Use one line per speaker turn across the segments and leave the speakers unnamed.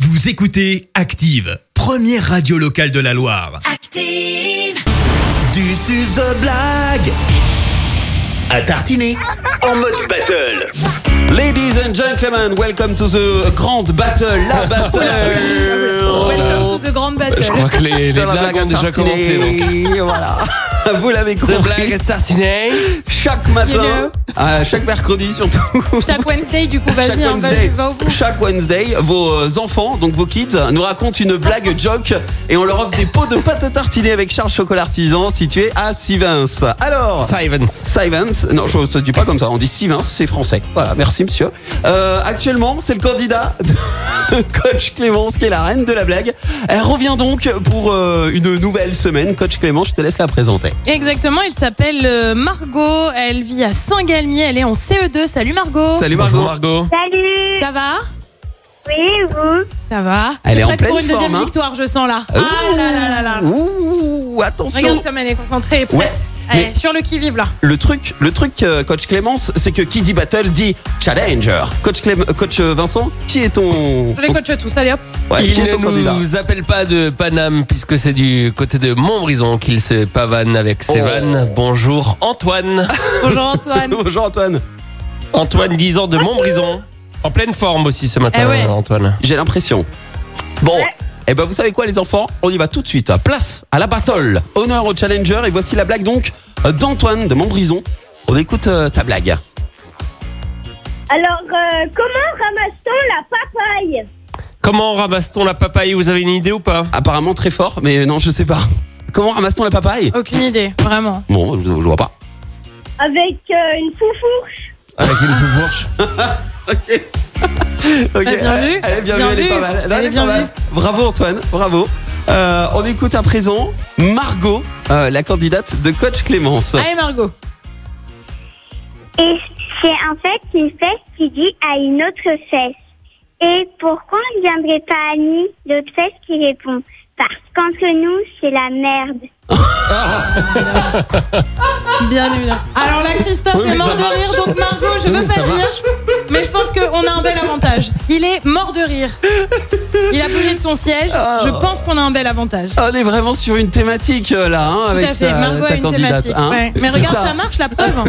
Vous écoutez Active, première radio locale de la Loire.
Active.
Du suzo blague à tartiner en mode battle. Ladies and gentlemen, welcome to the grand battle, la battle. Oh
Welcome to the Grand Battle.
Je crois que les, les
Sur la
blagues
blague à
ont déjà
tartiner,
commencé. donc.
Voilà. Vous l'avez
Des
compris.
blagues à tartiner.
Chaque matin,
know.
euh, chaque mercredi surtout.
Chaque Wednesday, du coup, vas-y, hein, vas
Wednesday,
va au bout.
chaque Wednesday, vos euh, enfants, donc vos kids, nous racontent une blague joke et on leur offre des pots de pâte à tartiner avec Charles Chocolat Artisan situé à Sivins.
Ah.
Alors,
Silence.
Sivens, non, je ne se dit pas comme ça, on dit Sivens, c'est français. Voilà, merci monsieur. Euh, actuellement, c'est le candidat de Coach Clémence qui est la reine de la blague. Elle revient donc pour euh, une nouvelle semaine. Coach Clémence, je te laisse la présenter.
Exactement, elle s'appelle euh, Margot. Elle vit à Saint-Galmier. Elle est en CE2. Salut Margot.
Salut
Bonjour
Margot.
Margot.
Salut
Ça va
Oui, vous
Ça va.
Elle est en
prête pour
pleine
une deuxième
forme, hein.
victoire, je sens là. Ah là là là là.
Ouh, attention.
Regarde comme elle est concentrée et prête.
Ouais,
Allez,
mais-
sur le qui-vive là.
Le truc, le truc, euh, coach Clémence, c'est que qui dit battle dit challenger. Coach, Clém- euh, coach euh, Vincent, qui est ton,
Je les coache tous. Allez hop.
ouais,
Il
qui est ton
ne
candidat
nous appelle pas de Paname puisque c'est du côté de Montbrison qu'il se pavane avec ses
Oh.
vannes. Bonjour Antoine.
Bonjour Antoine.
Bonjour Antoine.
Antoine 10 ans de Montbrison. En pleine forme aussi ce matin,
Eh ouais.
Antoine.
J'ai l'impression. Bon. Eh ben vous savez quoi les enfants On y va tout de suite. Place à la battle. Honneur au challenger et voici la blague donc euh, d'Antoine de Montbrison. On écoute euh, ta blague.
Alors, euh, comment ramasse-t-on la papaye
Comment ramasse-t-on la papaye Vous avez une idée ou pas
Apparemment très fort, mais non je sais pas. Comment ramasse-t-on la papaye
Aucune idée, vraiment.
Bon, je, je vois pas.
Avec euh, une foufourche
Avec une fourche.
Ok. Ok,
Elle est Eh, bien vue.
Elle est bien,
Bien
vue, elle est
vue.
pas mal. Non,
Elle est
pas
bien
mal.
vue.
Bravo Antoine, bravo. Euh, on écoute à présent Margot, euh, la candidate de coach Clémence.
Allez Margot.
Et c'est en fait une fesse qui dit à une autre fesse. Et pourquoi ne viendrait pas Annie L'autre fesse qui répond. Parce qu'entre nous, c'est la merde.
Bien lu là. Alors là, Christophe
Oui, mais
est mort
ça
de
marche.
rire, donc Margot, je
Oui,
veux
mais
pas
ça
le dire, mais je pense qu'on a un bel avantage. Il est mort de rire. Il a bougé de son siège.
Ah.
Je pense qu'on a un bel avantage.
On est vraiment sur une thématique euh, là, hein,
Tout
avec
à fait.
ta,
Margot
ta
a une
candidate.
thématique.
hein.
Ouais. Mais
C'est
regarde,
ça.
ça. marche, la preuve. hein.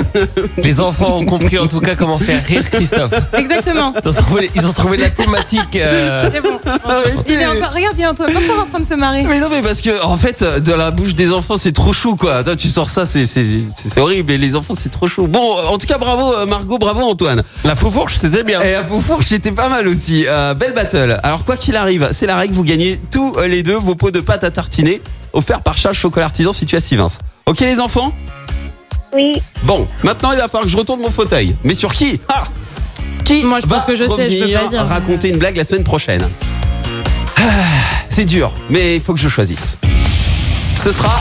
Les enfants ont compris en tout cas comment faire rire Christophe.
Exactement.
Ils ont trouvé, ils ont trouvé la thématique. euh,
C'est bon.
Arrêtez.
Il est encore, regarde, il est encore encore en train de se marrer.
Mais non, mais parce que en fait, euh, de la bouche des enfants, c'est trop chou quoi. Toi, tu sors ça, c'est c'est- c'est- c'est horrible. Et les enfants, c'est trop chou. Bon, euh, en tout cas, bravo euh, Margot, bravo Antoine.
La fourche, c'était bien.
Et à Faufourche, j'étais pas mal aussi. Euh, belle battle. Alors, quoi qu'il arrive, c'est la règle, vous gagnez tous euh, les deux vos pots de pâte à tartiner offerts par Charles Chocolat Artisan situé à Sivins. Ok, les enfants
Oui.
Bon, maintenant, il va falloir que je retourne mon fauteuil. Mais sur qui Ah Qui
Moi, je
va
pense que je sais, je peux
revenir
pas dire, mais-
raconter une blague la semaine prochaine Ah, C'est dur, mais il faut que je choisisse. Ce sera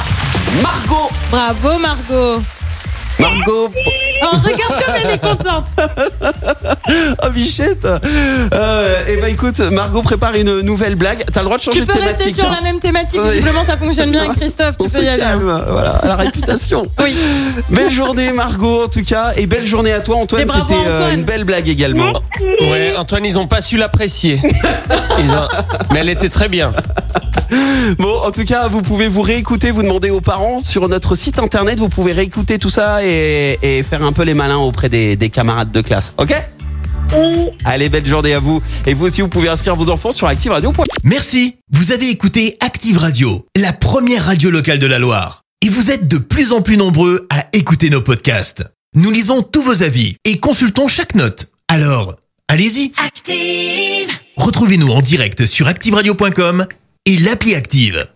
Margot
Bravo, Margot.
Margot
Oh, regarde comme elle est contente.
Oh, Bichette euh, Eh ben, écoute, Margot prépare une nouvelle blague. T'as le droit de changer
Tu peux
de thématique.
rester sur
hein.
la même thématique.
Oui.
Visiblement, ça fonctionne bien avec Christophe.
On
Tu
se
peux y aller. hein.
calme, voilà, la réputation.
Oui.
Belle journée Margot en tout cas et belle journée à toi Antoine,
Et bravo,
c'était euh,
Antoine. Mm.
une belle blague également.
Ouais, Antoine, ils ont pas su l'apprécier. Ils ont- Mais elle était très bien.
Bon, en tout cas, vous pouvez vous réécouter, vous demander aux parents sur notre site internet, vous pouvez réécouter tout ça et, et faire un peu les malins auprès des, des camarades de classe. OK Allez, belle journée à vous et vous aussi vous pouvez inscrire vos enfants sur activeradio.fr.
Merci. Vous avez écouté Active Radio, la première radio locale de la Loire. Et vous êtes de plus en plus nombreux à écouter nos podcasts. Nous lisons tous vos avis et consultons chaque note. Alors, allez-y.
Active.
Retrouvez-nous en direct sur activeradio.com et l'appli Active.